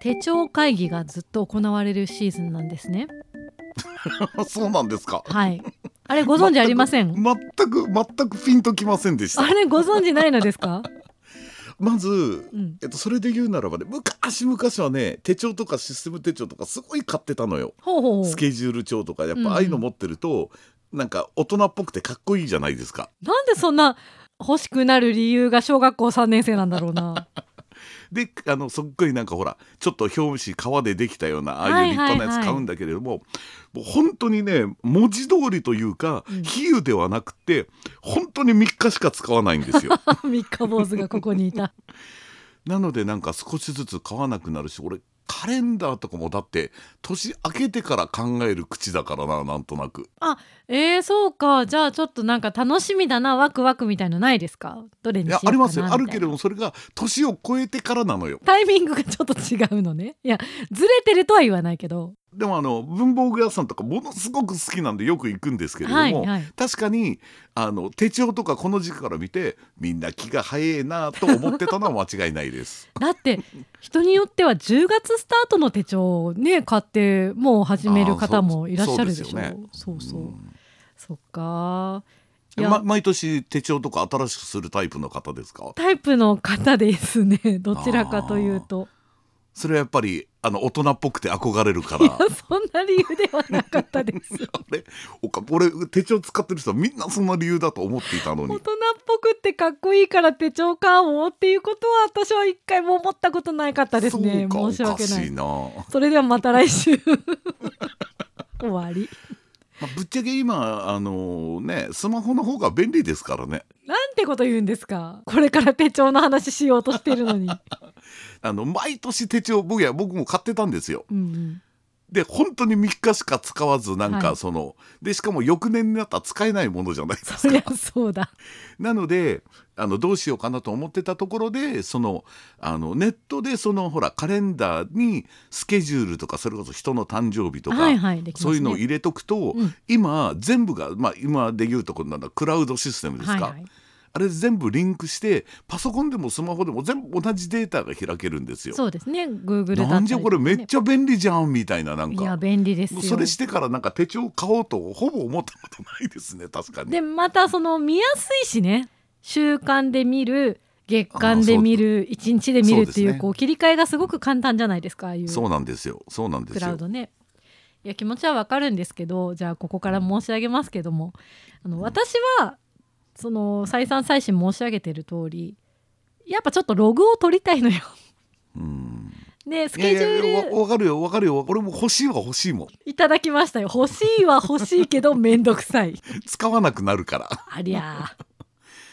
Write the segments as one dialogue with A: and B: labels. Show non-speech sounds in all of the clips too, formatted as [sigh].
A: 手帳会議がずっと行われるシーズンなんです
B: [laughs]
A: ね。
B: そうなんですか。
A: はい。あれご存知ありません。
B: 全く全くピンときませんでし
A: あ
B: た。
A: れご存知ないのです
B: [laughs]
A: か。
B: まず
A: うん。
B: えっと、それで言うならばね昔々はね手帳とかシステム手帳とかすごい買ってたのよ
A: ほうほうほう
B: ス。ケジュール帳とかやっ
A: うんう
B: ぱ
A: ん
B: ああいうの持ってると、なんか大人っぽくてかっこいいじゃないですか
A: なんでそんな欲しくなる理由が小学校三年生なんだろう
B: [laughs]
A: な。
B: であのそっくりなんかほらちょっと表紙革でできたようなああいう立派なや
A: はいはいは
B: つ
A: い
B: 買うんだけれども、もう本当にね文字通りというか、
A: うん
B: 比喩ではなくて本当に3日しか使わないんですよ
A: 三日坊主がここにいた。
B: なのでなんか少しずつ買わなくなるし俺カレンダーとかもだって年明けてから考える口だからななんとなく
A: [laughs] えー、そうか。じゃあちょっとなんか楽しみだな、ワクワクみたいのないですか。どれ
B: い
A: にしよ
B: や
A: うか
B: あ
A: な
B: り
A: みたいな。
B: ますよあるけれどもそれが年を超えてからなのよ
A: タイミングがちょっと違うのね。いや、ずれてるとは言わないけど。
B: でもあの文房具屋さんとかものすごく好きなんでよく行くんですけれども、
A: はいはい。
B: 確かにあの手帳とかこの時期から見てみんな気が早いなと思ってたのは間違いないです
A: だって人によっては10月スタートの手帳をね買ってもう始める方もいらっしゃるでしょ。
B: あーそう
A: そう [laughs] そう
B: うん
A: そっか。いや、
B: ま、毎年手帳とか新しくするタイプの方ですか
A: タイプの方です [laughs] ね。どちらかというと。
B: それはやっぱりあの大人っぽくて憧れるか
A: いや
B: ら
A: そんな理由ではなかったです。
B: あれおか俺手帳使ってる人はみんなそんな理由だと思っていたの
A: 大人っ
B: に
A: ぽくってかっこいいから手帳買おうっていうことは私は一回も思ったことないかったですね。
B: そうか
A: 申し訳な
B: おかし
A: い
B: い。な
A: それではまた来 [laughs] 週終わり
B: まあ、ぶっちゃけ今あのねスマホの方が便利ですからね
A: なんてこと言うんですかこれから手帳の話しようとしているの
B: [laughs]
A: に、
B: あの毎年手帳僕や僕も買ってたんですよ
A: うんうん
B: で本当に3日しか使わずなん
A: は
B: か
A: い
B: その、でしかも翌年になったら使えないものじゃないです
A: そりゃ
B: か
A: そうだ
B: なのであのどうしようかなと思ってたところでそのあのネットでそのほらカレンダーにスケジュールとかそれこそ人の誕生日とか、
A: はいはいできますね
B: そういうのを入れとくと、
A: うん
B: 今全部が、まあ、今で言うところなんだクラウドシステムですか、
A: はいはい
B: あれ全部リンクしてパソコンでもスマホでも全部同じデータが開けるんですよ。
A: そうですね Google だったりとかね、
B: なんじゃこれめっちゃ便利じゃんみたいななん
A: いや
B: か
A: 便利ですよ
B: それしてからなんか手帳買おうとほぼ思ったことないですね確かに。
A: でまたその見やすいしね週間で見る月間で見る一日で見るってい
B: そう
A: う
B: ですね
A: こう切り替えがすごく簡単じゃないですかああいう
B: そうなんですよそうなんで
A: ク
B: す
A: ラウ
B: よ。
A: ドね。いや気持ちはわかるんですけどじゃあここから申し上げますけどもあの私はその再三再四申し上げてる通りやっぱちょっとログを取りたいのよ。 [laughs]
B: うん
A: でス
B: いや
A: ケ
B: い
A: ジ
B: や
A: ュール
B: わわかるよわかるよ俺も欲しいは欲しいもん
A: いただきましたよ欲しいは欲しいけどめんどくさい。
B: 使わなくなるから
A: ありゃー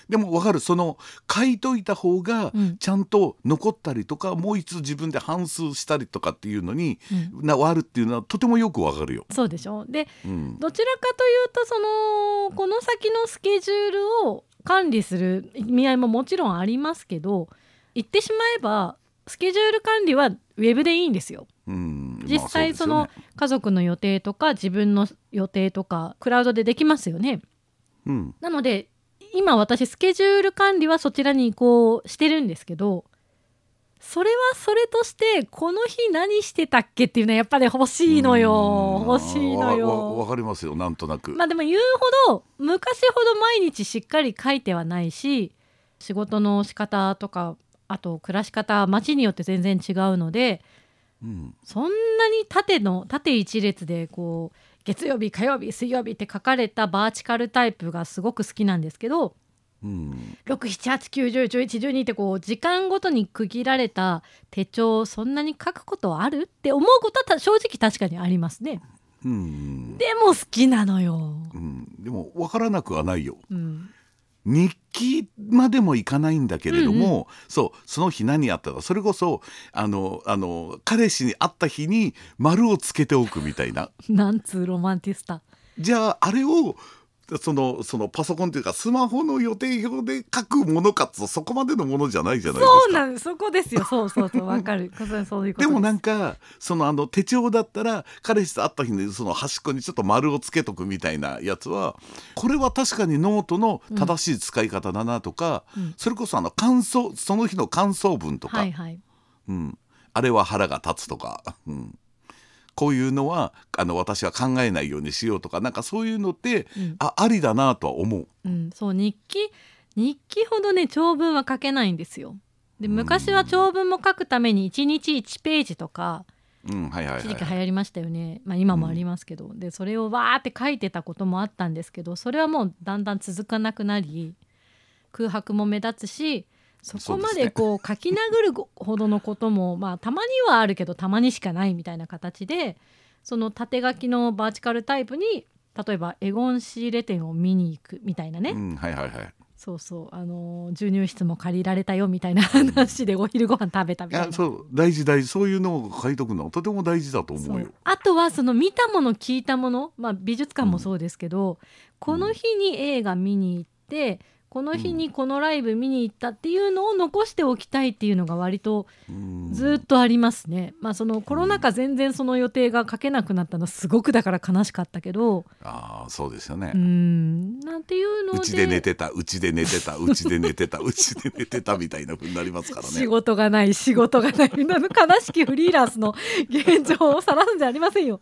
B: でもわかるその書いといた方 [laughs] が
A: うん
B: ちゃんと残ったりとか、もう一度自分で反数したりとかっていうのに、
A: う
B: なあるっていうのはとてもよくわかるよ。
A: そうでしょで
B: うん
A: どちらかというとそのこの先のスケジュールを管理する意味合いももちろんありますけど言ってしまえばスケジュール管理はウェブでいいんですよ。
B: うんまあ
A: 実際
B: うですよ
A: その
B: ね
A: 家族の予定とか自分の予定とかクラウドでできますよね。
B: うん
A: なので今私スケジュール管理はそちらに移行してるんですけどそれはそれとしてこの日何してたっけっていうのはやっぱり欲しいのよ
B: うん
A: 欲しいの
B: わわわ
A: よ。
B: かりますよなんとなく、
A: まあでも言うほど昔ほど毎日しっかり書いてはないし仕事の仕方とかあと暮らし方街によって全然違うので
B: うん
A: そんなに縦の縦一列でこう月曜日火曜日水曜日って書かれたバーチカルタイプがすごく好きなんですけど
B: うん、
A: 6789101112ってこう時間ごとに区切られた手帳そんなに書くことはあるって思うことはた正直確かにありますね。
B: うん
A: でも好きなのよ。
B: うん、でもわからなくはないよ
A: うん、
B: 日記までもいかないんだけれども、
A: う
B: そうその日何やったかそれこそあのあの彼氏に会った日に丸をつけておくみたいな
A: なんつうロマンティスタ。
B: じゃああれをでそのそのパソコンというかスマホの予定表で書くものかつそこまでのものじゃないじゃないですか。
A: そうなんですそこ
B: [laughs]
A: ですよそうそうそうわかるそうそういうこと
B: でもなんんかそのあの手帳だったら彼氏と会った日にその端っこにちょっと丸をつけとくみたいなやつはこれは確かにノートの正しい使い方だなとか、
A: うん
B: それこそあの感想その日の感想文とか、
A: はいはい
B: うん、あれは腹が立つとか、うん、こういうのはあの私は考えないようにしようとかなんかそういうのって
A: うん
B: あありだなとは思う。
A: うん、そう日記日記ほどね長文は書けないんですよ。で
B: うん
A: 昔は長文も書くために1日1ページとか
B: うん、はいはい
A: 一
B: は
A: 時期
B: い。
A: 流行りましたよね、まあ、今もありますけど、でそれをわーって書いてたこともあったんですけどそれはもうだんだん続かなくなり空白も目立つしそこま
B: そうです
A: で
B: ね
A: こう書き殴るほどのことも、まあたまにはあるけどたまにしかないみたいな形でその縦書きのバーチカルタイプに例えばエゴン仕入れ店を見に行くみたいなね、
B: うん、はいはいはい。
A: そうそうあのー授乳室も借りられたよみたいな話でお昼ご飯食べたみ
B: い
A: たい
B: や
A: な。
B: そう大事大事そういうのを書いとくのはとても大事だと思
A: そうう
B: よ。
A: あとはその見たもの聞いたもの、まあ、美術館もそうですけど、この日に映画見に行ってこの日にこのライブ見に行ったっていうのを残しておきたいっていうのが割と
B: うん
A: ずっとありますね。まあ、そのコロナ禍全然その予定が書けなくなったのはすごくだから悲しかったけど
B: ああそうですよね
A: う。んなんていうの
B: う
A: で
B: ちで寝てたうちで寝てたうちで寝てたうちで寝てたみたいなふうになりますか
A: [laughs]
B: ら
A: 仕
B: ね。
A: 事がない仕事がないみんなの悲しきフリーランスの現状を晒すんじゃありません
B: [laughs]
A: よ。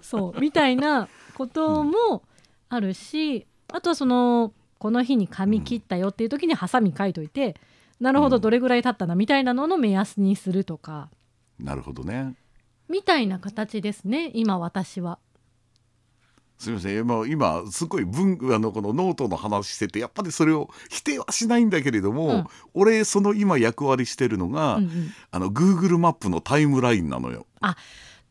A: そうみたいなこともあるしあとはそのこの日に髪切ったよっていう時にハサミ書いといて、なるほどどれぐらい経ったなみたいなのの目安にするとか
B: なるほどね。
A: みたいな形ですね今私は。
B: すみません今今すごい文あのこのノートの話しててやっぱりそれを否定はしないんだけれども、
A: うん
B: 俺その今役割してるのが、
A: うんうん
B: あの Google マップのタイムラインなのよ。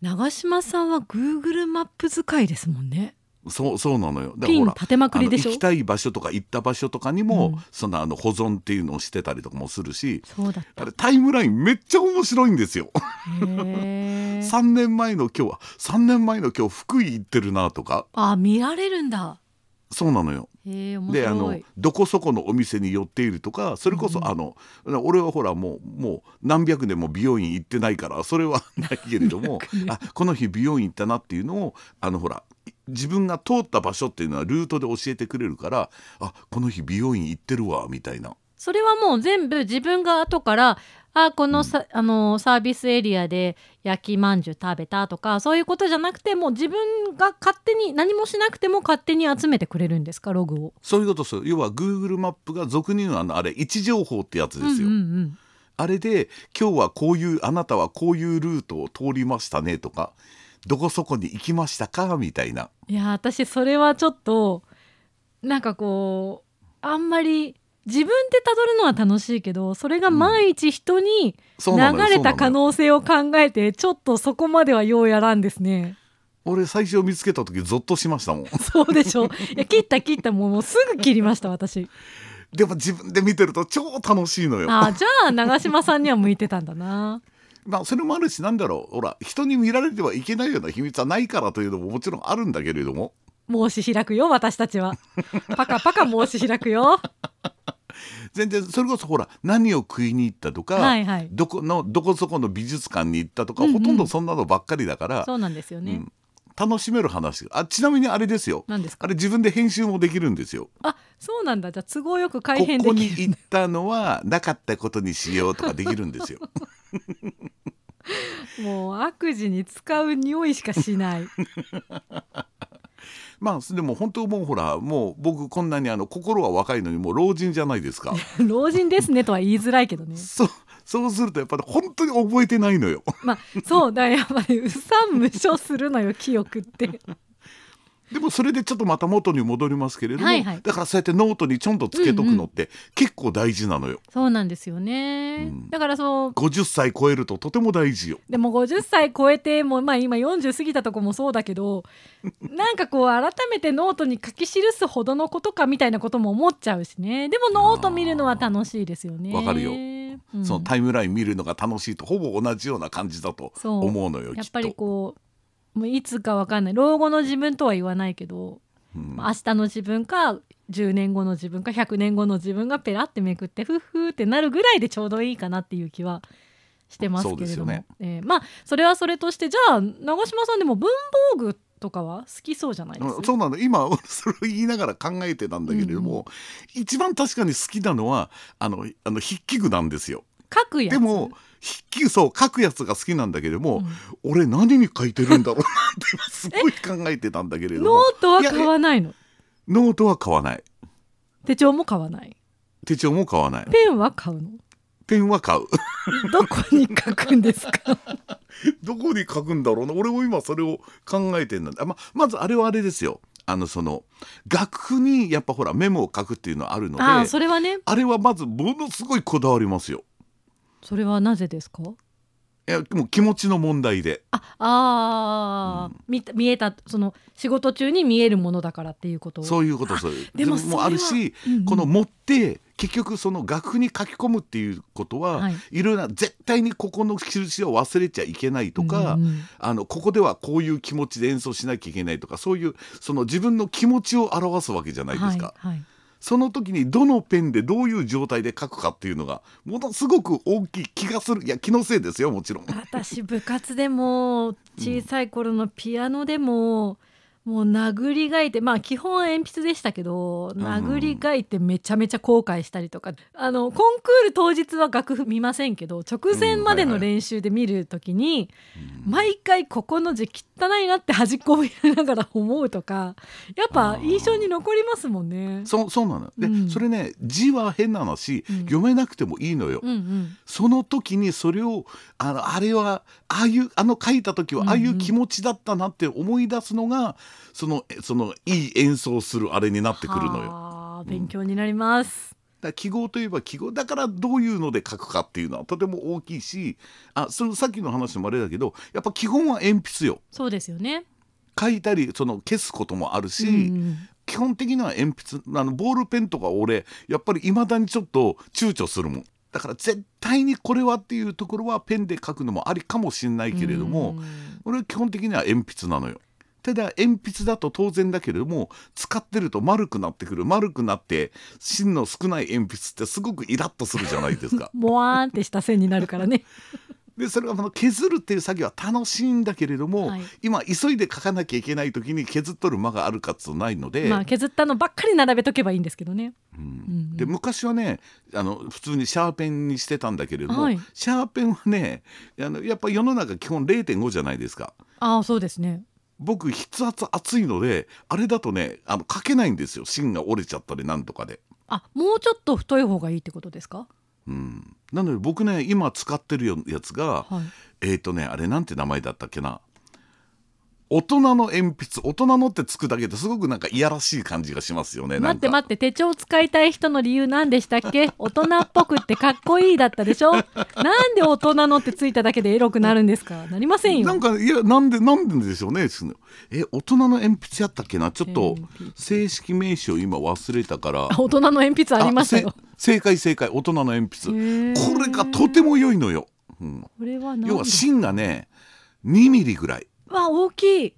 A: 長島さんは Google マップ使いですもんね。
B: そうそうなのよ。だから
A: ピ
B: ほ
A: ン
B: ら
A: 立てまく
B: あ
A: り
B: の
A: でし
B: 行
A: ょ
B: き。たい場所とか行った場所とかにも、
A: うん
B: そのあの保存っていうのをしてたりとかもするし
A: そうだっ
B: あ
A: た。
B: れタイムラインめっちゃ面白いんですよ。
A: へえ。
B: [laughs] 3年前の今日は3年前の今日福井行ってるなとか
A: あ見られるんだ。
B: そうなのよ。
A: へえ面
B: であ
A: 白
B: の
A: い。
B: どこそこのお店に寄っているとかそれこそ、
A: うん
B: あの俺はほらもうもう何百年も美容院行ってないからそれはないけれども
A: [laughs] 百年
B: あこの日美容院行ったなっていうのをあのほら自分が通った場所っていうのはルートで教えてくれるからあこの日美容院行ってるわみたいな。
A: それはもう全部自分が後からあこのさ、あのサービスエリアで焼きまんじゅう食べたとかそういうことじゃなくてもう自分が勝手に何もしなくても勝手に集めてくれるんですかログを。
B: そういうことそう要は Google マップが俗に言うあのあれ位置情報ってやつですよ、
A: うんうんうん
B: あれで今日はこういうあなたはこういうルートを通りましたねとかどこそこに行きましたかみたいない
A: や私それはちょっとなんかこうあんまり自分でたどるのは楽しいけどそれが万一人に
B: そう
A: 流
B: なのよ
A: れ
B: そうな
A: た
B: のよ
A: 可能性を考えてちょっとそこまではようやらんですね。
B: 俺最初見つけた時ゾッとしましたもん [laughs]
A: そうでしょう。いや切った切ったもうもうすぐ切りました私。
B: でも自分で見てると超楽しいのよ
A: あーじゃあ長嶋さんには向いてたんだな。
B: まあそれもあるしなんだろうほら人に見られてはいけないような秘密はないからというのももちろんあるんだけれども
A: 申し開くよ私たちは。パカパカ申し開くよ。
B: 全然それこそほら何を食いに行ったとか、
A: はいはい。
B: どこのどこそこの美術館に行ったとか、
A: うんうん
B: ほとんどそんなのばっかりだから、
A: そうなんですよね。
B: うん楽しめる話あちなみにあれですよ
A: なんですか
B: あ。れ自分で編集もできるんですよ。
A: あそうなんだじゃあ都合よく改
B: こ
A: 変
B: こ
A: で
B: に
A: きる。
B: 行ったのはなかったことにしようとかできる
A: [laughs]
B: んですよ。
A: もう悪事に使う匂いしかしない。
B: まあでも本当もうほらもう僕こんなにあの心は若いのにもう老人じゃないですか。
A: 老人ですねとは言いづらいけどね。
B: そうそうするとやっぱり本当に覚えてないのよ。
A: まあそうだからやっぱりうさん無償するのよ記憶って。
B: でもそれでちょっとまた元に戻りますけれども、
A: はいはい
B: だからそうやってノートにちょんとつけとくのって結構大事なのよ。
A: [laughs] そうなんですよね。
B: うん
A: だからそう
B: 50歳超えるととても大事よ。
A: でも50歳超えてもまあ今40過ぎたとこもそうだけ
B: [laughs]
A: どなんかこう改めてノートに書き記すほどのことかみたいなことも思っちゃうしねでもノート見るのは楽しいですよね
B: わかるよ
A: うん
B: そのタイムライン見るのが楽しいとほぼ同じような感じだと
A: そう
B: 思うのよき
A: やっ
B: っ
A: ぱり
B: と。
A: こうもういつかわかんない老後の自分とは言わないけど
B: うん
A: 明日の自分か10年後の自分か100年後の自分がペラってめくってふっふーってなるぐらいでちょうどいいかなっていう気はしてますけ
B: そうで
A: れ
B: す
A: ど
B: よ
A: も、
B: ね
A: えーまあそれはそれとしてじゃあ長嶋さんでも文房具とかは好きそうじゃないです
B: あ
A: か
B: そうなの今 [laughs] それを言いながら考えてたんだけれども、一番確かに好きなのはあのあの筆記具なんですよ。
A: 書くやつ
B: でも筆記具そう書くやつが好きなんだけれども、
A: う
B: 俺何に書いてるんだろうなって今すごい考えてたんだけれ
A: ん
B: ど
A: ノ
B: も
A: ートは買わないの
B: ノートは買わない
A: 手帳も買わない
B: 手帳も買わない
A: ペンは買うの
B: ペンは買う
A: どこに書くんですか
B: どこに書くんだろうな俺も今それを考えてんだあままずあれはあれですよあのその楽譜にやっぱほらメモを書くっていうのはあるので
A: ああ
B: [laughs] あ
A: それはね
B: れはまずものすごいこだわりますよ
A: それはなぜですか
B: いやもう気持ちの問題で
A: ああー、見た見えたその仕事中に見えるものだからっていうこと
B: そういうことそういう
A: でも
B: もある
A: それ
B: し、
A: うんうん
B: この持って結局その楽譜に書き込むっていうことは、
A: はい
B: い、ろいろな絶対にここの印を忘れちゃいけないとか、
A: うんうん
B: あのここではこういう気持ちで演奏しなきゃいけないとかそういうその自分の気持ちを表すわけじゃないですか、
A: はいはい
B: その時にどのペンでどういう状態で書くかっていうのがものすごく大きい気がするいや気のせいですよもちろん。
A: 私部活でも小さい頃のピアノでも、もう殴りがいてまあ基本は鉛筆でしたけど殴りがいてめちゃめちゃ後悔したりとか、あのコンクール当日は楽譜見ませんけど直前まで
B: う
A: の
B: んはいはい
A: 練習で見る時に、
B: うん
A: 毎回ここの字汚いなって端っこを見ながら思うとかやっぱ印象に残りますもんね。
B: そうそうなのよで、
A: うん
B: それね字は変な話、
A: うん
B: 読めなくてもいいのよ、
A: うんうん
B: その時にそれをあのあれはああいうあの書いた時
A: うんう
B: は
A: ん
B: ああいう気持ちだったなって思い出すのが、そのえそのいい演奏するあれになってくるのよ。だか
A: はあ
B: ん
A: 勉強になります。
B: ら記号といえば記号だからどういうので書くかっていうのはとても大きいしあそのさっきの話もあれだけどやっぱ基本は鉛筆よ。
A: そうですよね。
B: 書いたりその消すこともあるし、
A: うん
B: 基本的には鉛筆あのボールペンとか俺やっぱり未だにちょっと躊躇するもんだから絶対にこれはっていうところはペンで書くのもありかもしれないけれども、
A: うん
B: 俺は基本的には鉛筆なのよただ鉛筆だと当然だけれども使ってると丸くなってくる丸くなって芯の少ない鉛筆ってすごくイラッとするじゃないですか
A: もわーんってした線になるから
B: [laughs]
A: ね。
B: でそれはその削るっていう作業は楽しいんだけれども、
A: はい
B: 今急いで書かなきゃいけない時に削っとる間があるかっつうとないので、
A: まあ削ったのばっかり並べとけばいいんですけどね。
B: うん
A: うん
B: で昔はねあの普通にシャーペンにしてたんだけれども、
A: はい
B: シャーペンはねあのやっぱ世の中基本0.5じゃないですか
A: ああそうですね。
B: 僕筆圧厚いのであれだとねあの書けないんですよ芯が折れちゃったりなんとかで。
A: あもうちょっと太い方がいいってことですか。
B: うん、なので僕ね今使ってるやつが、
A: はい。
B: えっ、とねあれなんて名前だったっけな大人の鉛筆大人のってつくだけですごくなんかいやらしい感じがしますよね
A: 待って
B: なんか
A: 待って手帳使いたい人の理由何でしたっけ [laughs] 大人っぽくってかっこいいだったでしょなんで大人のってついただけでエロくなるんですかなりませんよ
B: なんかいやなんでなんででしょうねえ大人の鉛筆やったっけなちょっと
A: 鉛筆
B: 正式名称今忘れたから
A: [laughs] あ大人の鉛筆ありましたよ
B: あせ正解正解大人の鉛筆
A: へー
B: これがとても良いのよ、うん、
A: これは何
B: 要は芯がね2ミリぐらい、
A: わ大きい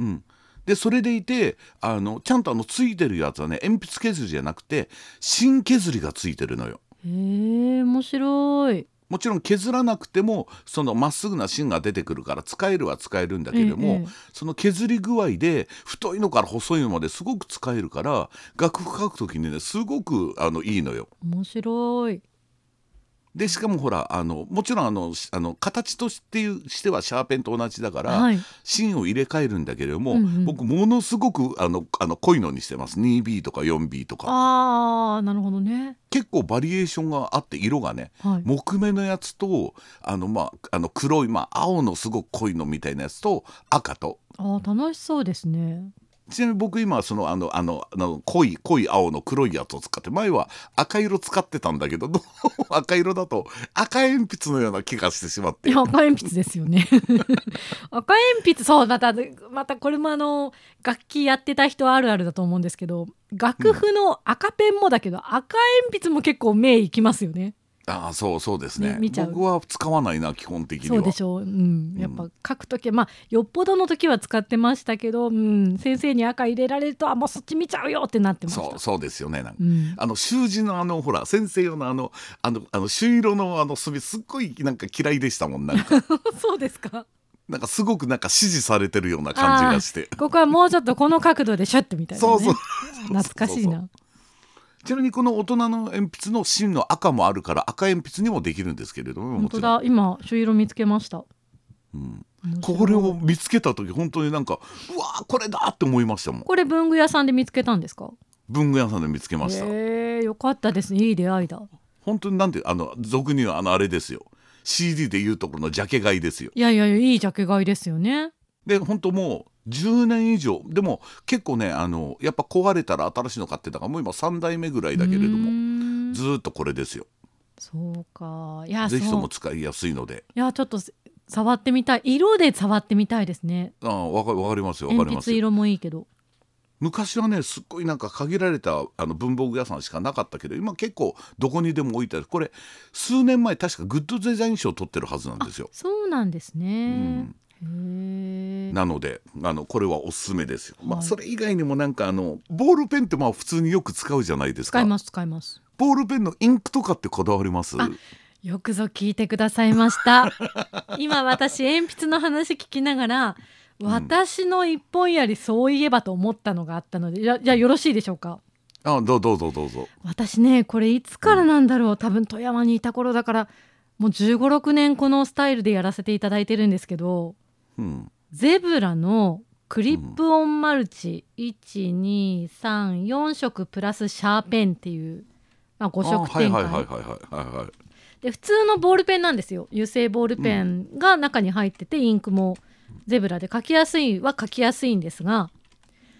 B: うん、でそれでいてあのちゃんとあのついてるやつはね鉛筆削りじゃなくて芯削りがついてるのよ
A: へえ面白い
B: もちろん削らなくてもそのまっすぐな芯が出てくるから使えるは使えるんだけれども、
A: ええ
B: その削り具合で太いのから細いのまですごく使えるから楽譜書くときにねすごくあのいいのよ。
A: 面白い
B: でしかもほらあのもちろんあのしあの形としていうしてはシャーペンと同じだから、
A: はい
B: 芯を入れ替えるんだけれど
A: う
B: も、
A: んうん
B: 僕ものすごくあのあの濃いのにしてます 2B とか 4B とか
A: あーなるほどね
B: 結構バリエーションがあって色がね
A: はい
B: 木目のやつとあの、まあ、あの黒い、まあ、青のすごく濃いのみたいなやつと赤と
A: あー楽しそうですね
B: ちなみに僕今はそのあのあのあの濃い濃い青の黒いやつを使って前は赤色使ってたんだけどどうも [laughs] 赤色だと赤鉛筆のような気がしてしまって
A: いや赤鉛筆ですよね [laughs] 赤鉛筆そうまたまたこれもあの楽器やってた人あるあるだと思うんですけど楽譜の赤ペンもだけど、赤鉛筆も結構目いきますよね
B: ああそうそうです
A: ね
B: ね
A: 見ちゃう
B: 僕は使わないな基本的に
A: そ
B: は
A: うでしょう、うん、やっぱ書く時、まあよっぽどの時は使ってましたけど、うん、先生に赤入れられるとあもうそっち見ちゃうよってなってました
B: そうそうですよねなんか、
A: うん、 [laughs]
B: あの習字のあのほら先生用のあのあのあの朱色のあの墨すっごいなんか嫌いでしたもんなん
A: [laughs]
B: か
A: そうですか
B: なんかすごくなんか指示されてるような感じがして
A: ここはもうちょっとこの角度でシュッてみたいな、ね、
B: そうそう
A: 懐かしいな
B: ちなみにこの大人の鉛筆の芯の赤もあるから赤鉛筆にもできるんですけれども
A: 本
B: もち
A: 当
B: ろん、
A: だ今朱色見つけました
B: うん、
A: 面白い
B: これを見つけた時本当になんかうわーこれだって思いましたもん
A: これ文具屋さんで見つけたんですか
B: 文具屋さんで見つけました、
A: へえよかったですねいい出会いだ
B: 本当になんてあの俗にはあのあれですよ CD でいうところのジャケ買いですよ
A: いやいやいやいいジャケ買いですよね
B: で本当もう10年以上でも結構ねあのやっぱ壊れたら新しいの買ってたからもう今3代目ぐらいだけれど
A: う
B: も
A: ーん
B: ずーっとこれですよ
A: そうかいや
B: ぜひと
A: そう
B: も使いやすいので
A: いやちょっとせ触ってみたい色で触ってみたいですね
B: ああわかわかりますよわかり
A: 鉛
B: ます
A: 筆
B: よ
A: 色もいいけど
B: 昔はねすっごいなんか限られたあの文房具屋さんしかなかったけど今結構どこにでも置いてあるこれ数年前確かグッドデザイン賞を取ってるはずなんですよ
A: そうなんですね、へえ
B: なのであのこれはおすすめですよ、ま
A: は
B: あ、
A: い
B: それ以外にもなんかあのボールペンってまあ普通によく使うじゃないですか
A: 使います使います
B: ボールペンのインクとかってこだわります
A: あよくぞ聞いてくださいました [laughs] 今私鉛筆の話聞きながら私の一本やりそういえばと思ったのがあったのでじゃじゃあよろしいでしょうか
B: あどうどうぞどうぞ
A: 私ねこれいつからなんだろう多分富山にいた頃だからもう1 5 6年このスタイルでやらせていただいてるんですけど
B: うん
A: ゼブラのクリップオンマルチ、1234色プラスシャーペンっていう、まあ、5色
B: あはい
A: 展
B: はいはいはい
A: 開
B: はいはいはい
A: で普通のボールペンなんですよ油性ボールペンが中に入ってて、インクもゼブラで書きやすいは書きやすいんですが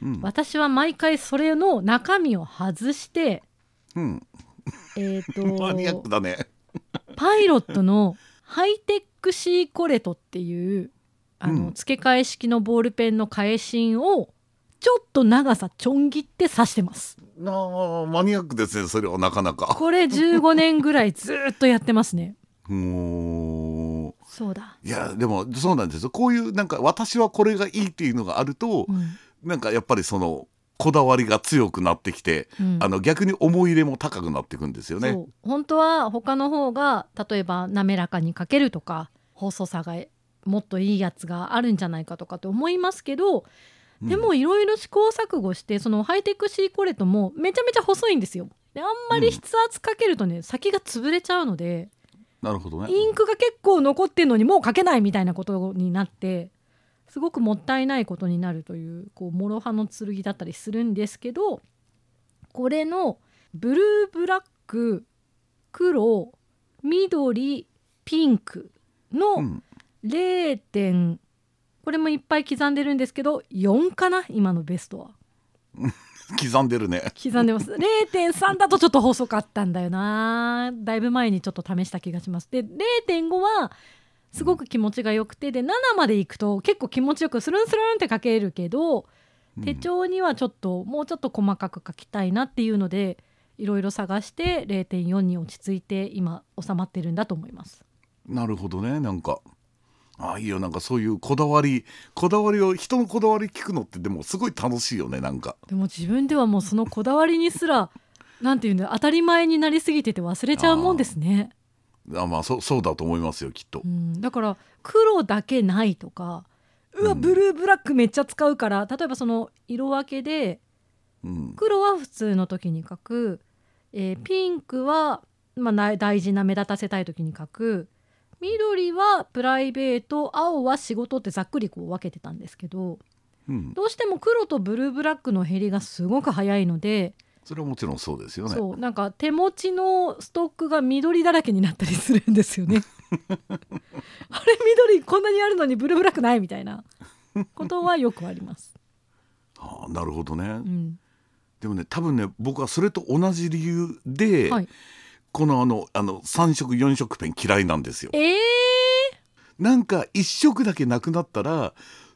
B: うん
A: 私は毎回それの中身を外して
B: うん
A: えっ、
B: [laughs] マニアッ
A: と
B: クだね
A: パイロットのハイテックシーコレトっていうあの、
B: うん
A: 付け替え式のボールペンの替え芯をちょっと長さちょん切って刺してます
B: なあマニアックですねそれはなかなか
A: これ15年ぐらいずーっとやってますね
B: も
A: そうだ、
B: ういやでもそうなんですよこういうなんか私はこれがいいっていうのがあると、
A: うん
B: なんかやっぱりそのこだわりが強くなってきて、
A: うん
B: あの逆に思い入れも高くなっていくんですよね。
A: そう本当は他の方が例えば滑らかにかけるとか細さがもっといいやつがあるんじゃないかとかって思いますけど、
B: うん
A: でもいろいろ試行錯誤してそのハイテクシーコレットもめちゃめちゃ細いんですよ。であんまり筆圧かけるとね、先が潰れちゃうので
B: なるほどね。
A: インクが結構残ってんのにもうかけないみたいなことになってすごくもったいないことになるというこう諸刃の剣だったりするんですけどこれのブルーブラック黒緑ピンク
B: う
A: の
B: ん、
A: 0点、これもいっぱい刻んでるんですけど4かな今のベストは
B: 刻んでるね。
A: 刻んでます0.3だとちょっと細かったんだよなだいぶ前にちょっと試した気がしますで0.5はすごく気持ちが良くてで7までいくと結構気持ちよくスルンスルンって書けるけど手帳にはちょっともうちょっと細かく書きたいなっていうのでいろいろ探して0.4に落ち着いて今収まってるんだと思います
B: うんなるほどね。なんか。ああいいよなんかそういうこだわりこだわりを人のこだわり聞くのってでもすごい楽しいよねなんか
A: でも自分ではもうそのこだわりにすらなんていうんだ当たり前になりすぎてて忘れちゃうもんですね
B: あまあそそうだと思いますよきっと
A: う、ん、だから黒だけないとかうわ
B: うん
A: ブルーブラックめっちゃ使うから、例えばその色分けで
B: うん、
A: 黒は普通の時に描く、えーピンクは、まあな、大事な目立たせたい時に描く緑はプライベート青は仕事ってざっくりこう分けてたんですけど
B: うん、
A: どうしても黒とブルーブラックの減りがすごく早いので、
B: それはもちろんそうですよね
A: そうなんか手持ちのストックが緑だらけになったりするんですよ
B: [laughs]
A: ね。あれ緑こんなにあるのにブルーブラックないみたいなことはよくあります。
B: ああなるほどね、
A: うん、
B: でもね多分ね僕はそれと同じ理由で、
A: はい。
B: このあのあの3色4色ペン嫌いなんですよ
A: えー、
B: なんか一色だけなくなったら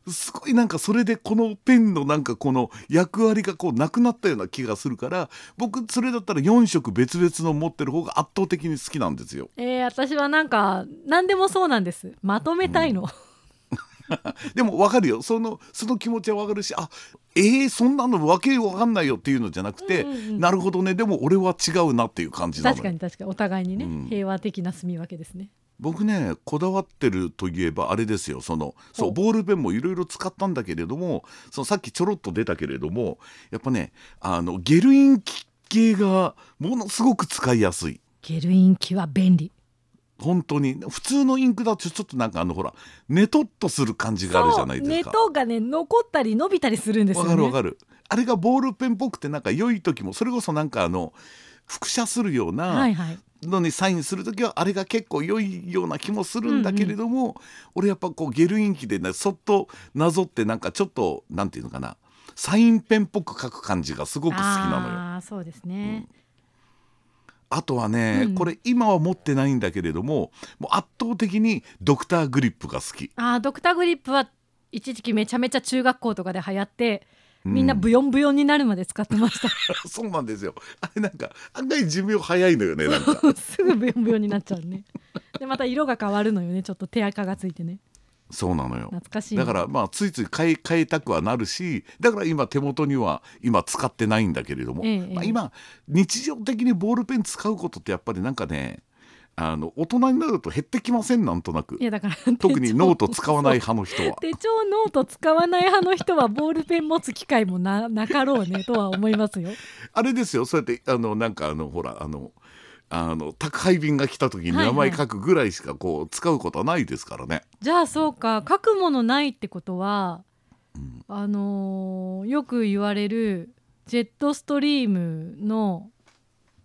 B: すごいなんかそれでこのペンのなんかこの役割がこうなくなったような気がするから僕それだったら4色別々の持ってる方が圧倒的に好きなんですよ。
A: えー、私はなんか何でもそうなんですまとめたいの、
B: でもわかるよそのその気持ちはわかるしあえー、そんなのわけわかんないよっていうのじゃなくて、
A: うんうんうん
B: なるほどねでも俺は違うなっていう感じなのよ
A: 確かに確かにお互いにね、
B: うん
A: 平和的な住み分けですね
B: 僕ねこだわってるといえばあれですよそのそ
A: お
B: うボールペンもいろいろ使ったんだけれどもそのさっきちょろっと出たけれどもやっぱねあのゲルイン系がものすごく使いやすい
A: ゲルイン機は便利
B: 本当に普通のインクだとちょっとなんかあのほらねとっとする感じがあるじゃないですか。
A: そうネトがね残ったり伸びたりするんですよ
B: わ
A: ね
B: かるわかるあれがボールペンっぽくてなんか良い時もそれこそなんかあの複写するよう
A: は
B: ない
A: はい
B: のにサインする時はあれが結構良いような気もするんだけれども、俺やっぱこうゲルインキでねそっとなぞってなんかちょっとなんていうのかなサインペンっぽく書く感じがすごく好きなのよ。
A: ああそうですね、
B: あとはね、
A: うん
B: これ今は持ってないんだけれどももう圧倒的にドクターグリップが好き。 [laughs]
A: ああドクターグリップは一時期めちゃめちゃ中学校とかで流行って
B: う
A: みんなブヨンブヨンになるまで使ってました、 [laughs]
B: そうなんですよ。あれなんか案外寿命早いのよねなん
A: [laughs]
B: か。
A: すぐブヨンブヨンになっちゃうねでまた色が変わるのよねちょっと手垢がついてね
B: そうなのよ。
A: 懐かしい
B: だからまあついつい買い変えたくはなるしだから今手元には今使ってないんだけれども、
A: ええ
B: まあ、今日常的にボールペン使うことってやっぱりなんかねあの大人になると減ってきませんなんとなく
A: いやだから
B: [laughs] 特にノート使わな
A: い
B: い派の人は。
A: 手帳ノート使わない派の人はボールペン持つ機会もななかろうねとは思いますよ。
B: あれですよそうやってあのなんかあのほらあのあの宅配便が来た時に
A: は
B: 名
A: い
B: 前
A: はい
B: 書くぐらいしかこう使うことはないですからね。
A: じゃあそうか書くものないってことは
B: うん
A: あのーよく言われるジェットストリームの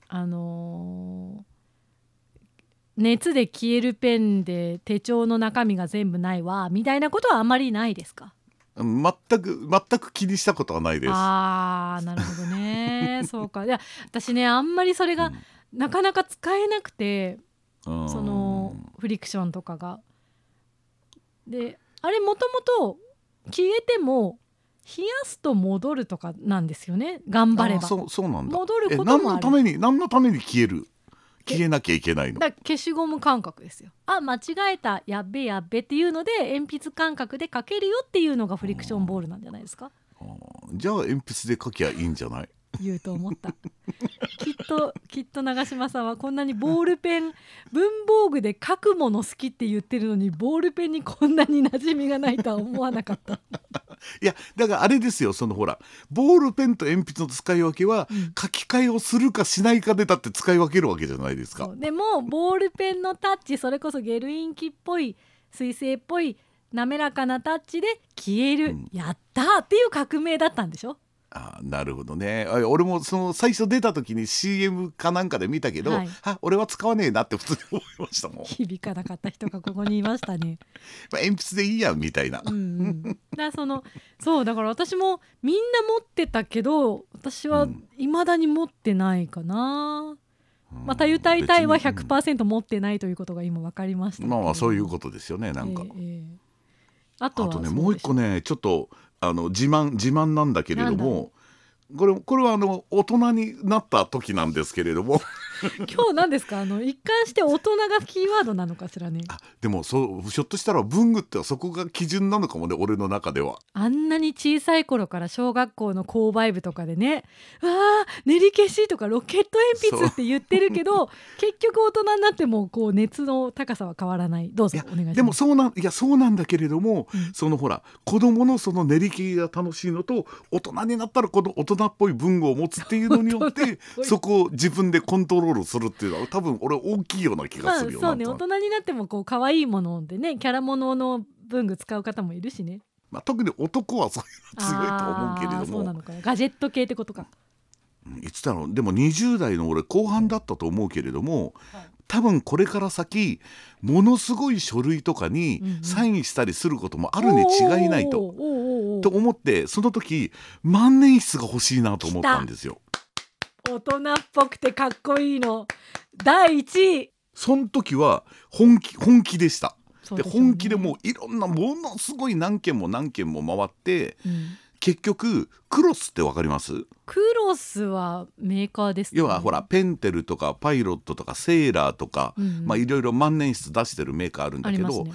A: あのー熱で消えるペンで手帳の中身が全部ないわみたいなことはあまりないですか
B: 全く全く気にしたことはないです。
A: あーなるほど
B: [laughs]
A: ねそうかいや私ねあんまりそれがなかなか使えなくて、
B: うん
A: そのフリクションとかが。であれもともと消えても冷やすと戻るとかなんですよね頑張れ
B: あー
A: ば。
B: そうそうなんだ
A: 戻る
B: え
A: こと
B: 何
A: もあ
B: の
A: る
B: ために何のために消える消えなきゃいけないの
A: だから消しゴム感覚ですよあ間違えたやっべやっべっていうので鉛筆感覚で書けるよっていうのがフリクションボールなんじゃないですか
B: あーじゃあ鉛筆で書きゃいいんじゃない
A: 言うと思った
B: [laughs]
A: きっときっと長嶋さんはこんなにボールペン文房具で書くもの好きって言ってるのにボールペンにこんなに馴染みがないとは思わなかった、
B: いやだからあれですよそのほらボールペンと鉛筆の使い分けは
A: うん
B: 書き換えをするかしないかでだって使い分けるわけじゃないですか
A: そうでもボールペンのタッチそれこそゲルインキっぽい水性っぽい滑らかなタッチで消える、
B: うん
A: やったーっていう革命だったんでしょ
B: あーなるほどねあ俺もその最初出た時に CM かなんかで見たけど、
A: はい
B: あ俺は使わねえなって普通に思いましたもん、ま
A: 響かなかった人がここにいました
B: [laughs]
A: ね。
B: あ鉛筆でいいやんみたいな、
A: うんうん、だからそのそうだから私もみんな持ってたけど私は
B: うん
A: 未だに持ってないかな、また歌いたいは100%持ってないということが今分かりました
B: うんまあそういう
A: と
B: ことですよねなんか、
A: ええええあと
B: あ
A: は
B: とね
A: そ
B: もう一個ねちょっとあの自慢自慢なんだけれどもこれこれはあの大人になった時なんですけれども [laughs]
A: でしょ今日何ですかあの一貫して大人がキーワードなのかしらね
B: あでもそうひょっとしたら文具ってそこが基準なのかもね俺の中では
A: あんなに小さい頃から小学校の購買部とかでね「わあ練り消し」とか「ロケット鉛筆」って言ってるけど結局大人になってもこう熱の高さは変わらないどうぞ
B: いや
A: お願いします
B: でもそうなんいやそうなんだけれども、
A: うん
B: そのほら子供のその練り切りが楽しいのと大人になったらこの大人っぽい文具を持つっていうのによっ
A: [laughs] 大人ってぽい
B: そこを自分でコントロールするっていうのは多分俺大きいような気
A: ま
B: が
A: あ
B: す
A: そう
B: るよ、な
A: ね
B: んと
A: 大
B: なく
A: 人になってもこう可愛いものでねキャラものの文具使う方もいるしね
B: まあ、特に男はそういうの強いとは思うけれど
A: あ
B: も
A: ーそうなのかなガジェット系ってことか
B: うんいつだろうでも20代の俺後半だったと思うけれども、多分これから先ものすごい書類とかに
A: うんうん
B: サインしたりすることもあるに違いないと。
A: おーおーおーおー
B: と思ってその時万年筆が欲しいなと思ったんですよ。
A: 大人っぽくてかっこいいの第一位
B: その時は本気本気でした。
A: そう
B: で
A: しょうね
B: 本気でもういろんなものすごい何件も何件も回って
A: うん
B: 結局クロスってわかります
A: クロスはメーカーですね
B: 要はほら、ペンテルとかパイロットとかセーラーとか、
A: うんうん
B: まあ、いろいろ万年筆出してるメーカーあるん
A: あ
B: だけ
A: りま
B: ど、
A: すね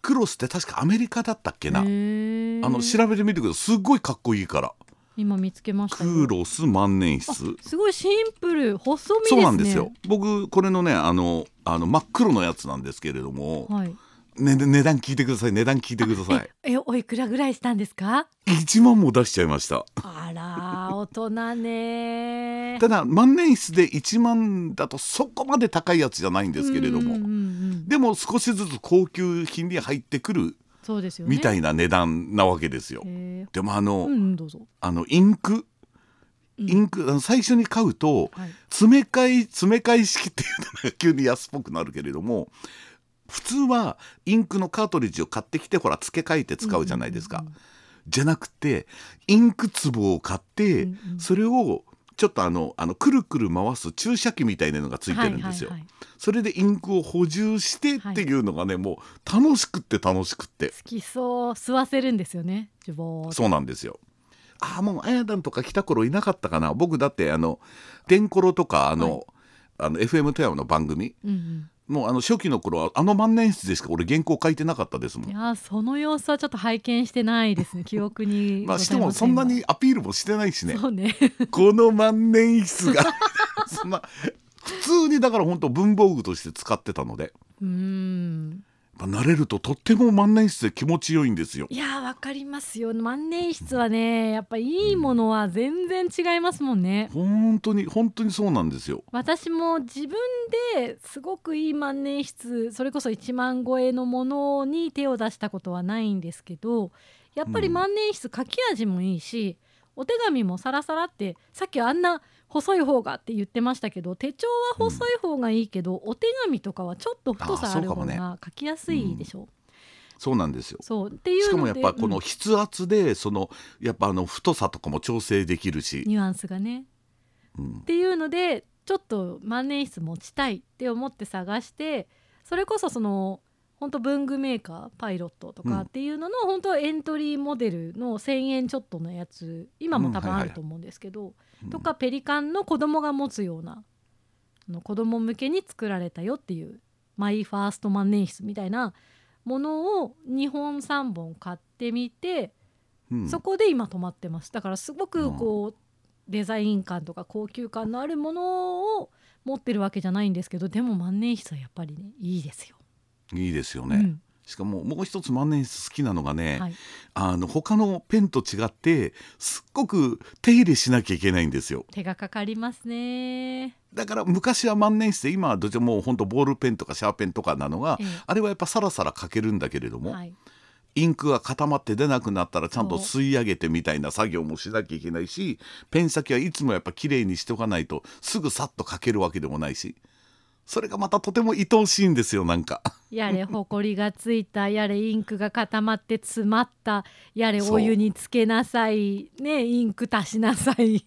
B: クロスって確かアメリカだったっけな、
A: へー
B: あの調べてみてくださいすっごいかっこいいから
A: 今見つけましたよ
B: クロス万年筆
A: すごいシンプル細身です
B: そう
A: ね
B: なんですよ僕これのねあのあの真っ黒のやつなんですけれども、
A: はい
B: ね、値段聞いてください値段聞いてください
A: えおいくらぐらいしたんですか
B: 1万も出しちゃいました
A: あら大人ね
B: ただ万年筆で1万だとそこまで高いやつじゃないんですけれども、
A: うんうんうん
B: でも少しずつ高級品に入ってくる
A: そうですよね
B: みたいな値段なわけですよ。
A: へー
B: でもあの,、
A: うんどうぞ
B: あのインク
A: うん
B: インク、あの最初に買うと
A: はい
B: 詰め替え詰め替え式っていうのが急に安っぽくなるけれども普通はインクのカートリッジを買ってきてほら付け替えて使うじゃないですか、
A: うんうん
B: じゃなくてインク壺を買って、
A: うんうん
B: それをちょっとあのあのくるくる回す注射器みたいなのがついてるんですよ、
A: はいはいはい
B: それでインクを補充してっていうのがね、もう楽しくって楽しくって
A: 好きそう吸わせるんですよねジュボーっと
B: そうなんですよ。ああもうあやだんとか来た頃いなかったかな僕だってあの「てんころ」とかあの,、
A: は
B: あの FM 富山の番組
A: うん
B: もうあの初期の頃はあの万年筆でしか俺原稿書いてなかったですも
A: うん、い
B: ん。
A: やーその様子はちょっと拝見してないです
B: [laughs]
A: ね記憶に
B: まあ
A: ご
B: し
A: ざ
B: て
A: い
B: も
A: せ
B: そ
A: ん
B: ん
A: が
B: なにアピールもしてないしね
A: そうね [laughs]
B: この万年筆がそんな普通にだから本当文房具として使ってたので、
A: うーん
B: まあ慣れるととっても万年筆で気持ちよいんですよ。
A: いやーわかりますよ万年筆はねやっぱいいものは全然違いますもんね
B: 本当に本当にそうなんですよ。
A: 私も自分ですごくいい万年筆それこそ1万超えのものに手を出したことはないんですけどやっぱり
B: うん
A: 万年筆書き味もいいし、お手紙もサラサラってさっきあんな細い方がって言ってましたけど手帳は細い方がいいけど、お手紙とかはちょっと太
B: あー
A: さ
B: そ
A: あ
B: う
A: る
B: か
A: 方
B: もね
A: が書きやすいでしょう。
B: そうなんですよ。
A: そうっていうので
B: しかもやっぱこ
A: う
B: の
A: ん
B: 筆圧でそのやっぱあの太さとかも調整できるし、
A: ニュアンスがね
B: うん
A: っていうのでちょっと万年筆持ちたいって思って探してそれこそその本当文具メーカーパイロットと
B: うん
A: かっていうのの、本当エントリーモデルの1,000円ちょっとのやつ今も多分
B: うん
A: あ
B: はいはい
A: ると思うんですけど、とかペリカンの子供が持つようなあの子供向けに作られたよっていうマイファースト万年筆みたいなものを2本3本買ってみて
B: うん
A: そこで今止まってますだからすごくこう、デザイン感とか高級感のあるものを持ってるわけじゃないんですけどでも万年筆はやっぱりねいいですよ。
B: いいですよね、しかももう一つ万年筆好きなのが
A: う
B: ね、
A: んはい、
B: あの他のペンと違ってすっごく手入れしなきゃいけないんですよ
A: 手がかかりますね。
B: だから昔は万年筆で今はどちらも本当ボールペンとかシャーペンとかなのが、
A: ええ
B: あれはやっぱサラサラ書けるんだけれども、
A: はい、
B: インクが固まって出なくなったらちゃんと
A: そ
B: 吸い上げてみたいな作業もしなきゃいけないしペン先はいつもやっぱ綺麗にしておかないとすぐさっと書けるわけでもないしそれがまたとても愛おしいんですよなんか [laughs]
A: やれほこりがついたやれインクが固まって詰まったやれお湯につけなさいねインク足しなさいい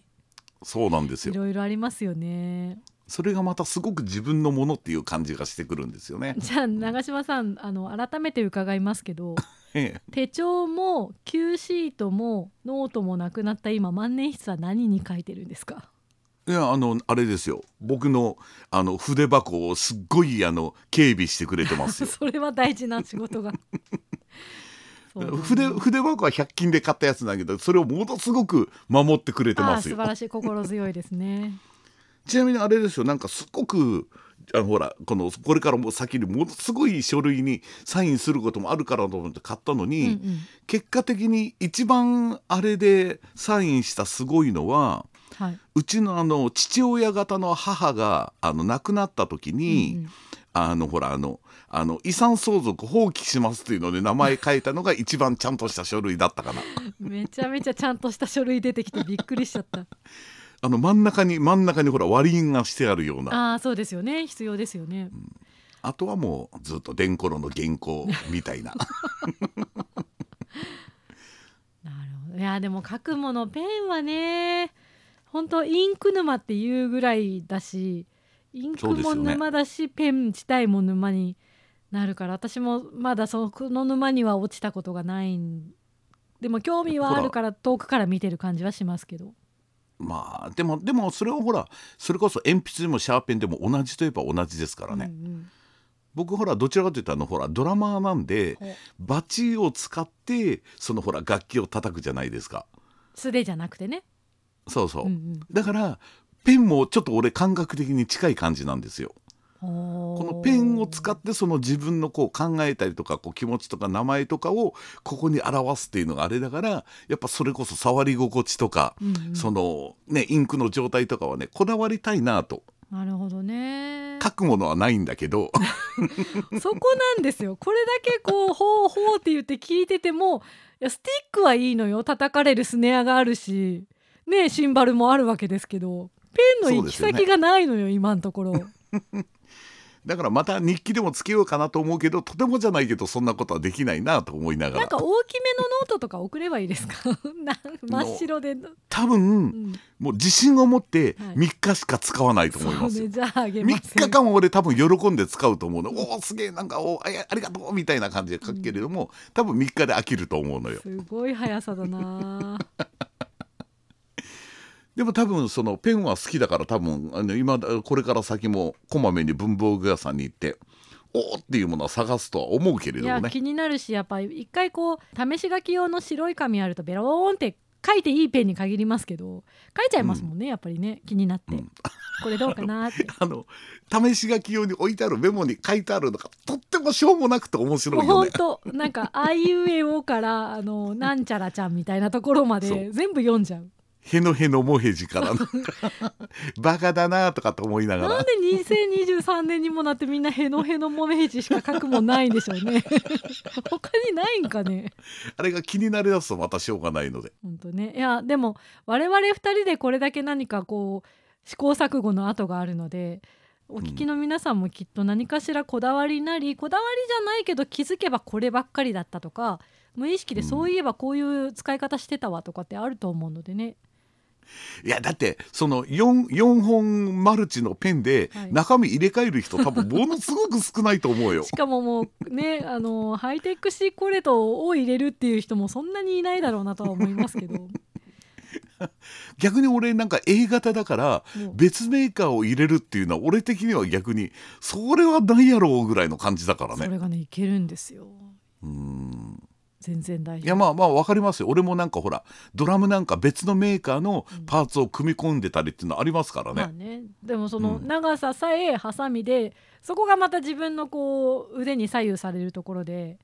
B: そうなんですよ
A: ろいろありますよね。
B: それがまたすごく自分のものっていう感じがしてくるんですよね。
A: じゃあ長嶋さんあの改めて伺いますけど。
B: ええ
A: 手帳も Q シートもノートもなくなった今万年筆は何に書いてるんです
B: [laughs]
A: か
B: いやあのあれですよ僕のあの筆箱をすっごいあの警備してくれてます
A: [laughs]
B: よ。
A: それは大事な仕事
B: [laughs]
A: がそうなんだ
B: 筆筆箱は100均で買ったやつだけどそれをものすごく守ってくれて
A: あ
B: ま
A: あ
B: す
A: 素晴
B: よ。
A: らしい心強いですね
B: ちなみにあれですよなんかすごくあのほらこのこれからも先にものすごい書類にサインすることもあるからと思って買ったの
A: う
B: に、
A: んうん
B: 結果的に一番あれでサインしたすごいのは
A: はいう
B: ちのあの父親方の母があの亡くなった時に、
A: うんうん
B: あのほらあのあの遺産相続放棄しますというので名前書いたのが一番ちゃんとした書類だった
A: [laughs]
B: かな。
A: めちゃめちゃちゃんとした書類出てきてびっくりしちゃった
B: [laughs] あの真ん中に真ん中にほら割り印がしてあるような
A: ああそうですよね必要ですよね、
B: あとはもうずっと「でんころの原稿」みたいな。 [laughs]
A: なるほどいやでも書くものペンはね本当インク沼っていうぐらいだしインク
B: そうです
A: も
B: よね
A: 沼だし、ペン自体も沼になるから私もまだその沼には落ちたことがないんでも興味はあるから遠くから見てる感じはしますけど
B: まあでもでもそれはほらそれこそ鉛筆でもシャーペンでも同じといえば同じですからね、
A: うんうん
B: 僕ほらどちらかというとあのほらドラマーなんで
A: ほう
B: バチを使ってそのほら楽器を叩くじゃないですか
A: 素手じゃなくてね、
B: そうそう、
A: うん
B: だからペンもちょっと俺感覚的に近い感じなんですよ
A: うん、
B: こ
A: こ
B: のペンを使ってその自分のこう考えたりとかこう気持ちとか名前とかをここに表すっていうのがあれだからやっぱそれこそ触り心地とか、
A: うんうん
B: そのねインクの状態とかはねこだわりたいなと
A: なるほどね
B: 書くものはないんだ
A: [laughs]
B: けど
A: そこなんですよこれだけこう「ほうほう」って言って聞いててもいやスティックはいいのよ叩かれるスネアがあるしねシンバルもあるわけですけどペンの行き
B: そうですよ
A: 先
B: ね
A: がないのよ今のところ
B: だからまた日記でもつけようかなと思うけどとてもじゃないけどそんなことはできないなと思いなが
A: なん
B: ら
A: か大きめのノートとか送ればいいですかなん真っ白で、う
B: 多分
A: ん、
B: もう自信を持って
A: はい
B: 3日しか使わないと思い
A: そう
B: ますよ
A: ね。じゃああげま
B: 3
A: す
B: 日間は俺多分喜んで使うと思うのおおすげえなんかおーあいやありがとうみたいな感じで書くけれども、多分3日で飽きると思うのよ
A: すごい速さだな
B: でも多分そのペンは好きだから多分あの今だこれから先もこまめに文房具屋さんに行っておおっていうものは探すとは思うけれ
A: い
B: ども
A: や
B: ね
A: 気になるしやっぱり一回こう試し書き用の白い紙あるとベローンって書いていいペンに限りますけど書いちゃいますもんね、やっぱりね気になって、
B: うん
A: これどうかな
B: [laughs]
A: って
B: あの試し書き用に置いてあるメモに書いてあるのがとってもしょうもなくて面
A: も
B: 白
A: う
B: いよ
A: ほん
B: ね
A: となんか「あいうえお」から「あのなんちゃらちゃん」みたいなところま
B: そ
A: で
B: う
A: 全部読んじゃう
B: へのへのもへじからなん
A: [laughs]
B: かバカだなとかと思いながら
A: なんで2023年にもなってみんなへのへのもめへじしか書くもんないんでしょうね [laughs] 他にないんかね
B: あれが気になりだすとまたしょうがないので
A: 本当ねいやでも我々2人でこれだけ何かこう試行錯誤の跡があるのでお聞きの皆さんもきっと何かしらこだわりなり、こだわりじゃないけど気づけばこればっかりだったとか無意識で
B: うん
A: そういえばこういう使い方してたわとかってあると思うのでね、
B: いやだってその 4, 4本マルチのペンで
A: はい
B: 中身入れ替える人多分ものすごく少ないと思
A: [laughs]
B: うよ
A: し。かももう
B: [laughs]
A: ねあのハイテクシーコレートを入れるっていう人もそんなにいないだろうなとは思いますけども
B: 逆に俺なんか A 型だから
A: う
B: 別メーカーを入れるっていうのは俺的には逆にそれはないやろうぐらいの感じだから
A: そ
B: ね。
A: れがねいけるんですよ
B: うん
A: 全然大
B: い
A: 丈
B: や
A: 夫。
B: まあまあわかりますよ俺もなんかほらドラムなんか別のメーカーのパーツを組み込んでたりっていうのありますから
A: まあ
B: ね。
A: ね、でもその
B: うん
A: 長ささえハサミで、そこがまた自分のこう腕に左右されるところで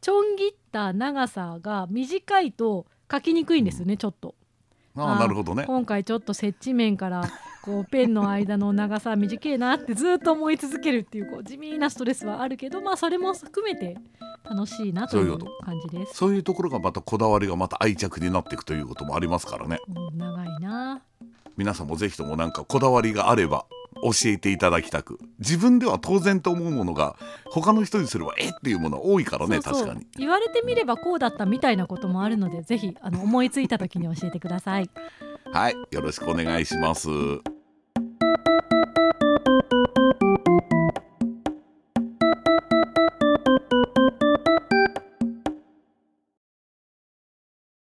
A: ちょん切った長さが短いと書きにくいんですよね、ちょっと
B: ああなるほどね。
A: 今回ちょっと接地面からこうペンの間の長さ短いなってずっと思い続けるっていうこう地味なストレスはあるけどまあそれも含めて楽しいなと
B: そう
A: い
B: いううこと
A: 感じです。
B: そういうところがまたこだわりがまた愛着になっていくということもありますからね。
A: うん長いな
B: 皆さんもぜひともなんかこだわりがあれば教えていただきたく自分では当然と思うものが他の人にすればえっていうものは多いからね
A: そうそう
B: 確かに
A: 言われてみればこうだったみたいなこともあるのでぜひあの思いついた時に教えてください。
B: はいよろしくお願いします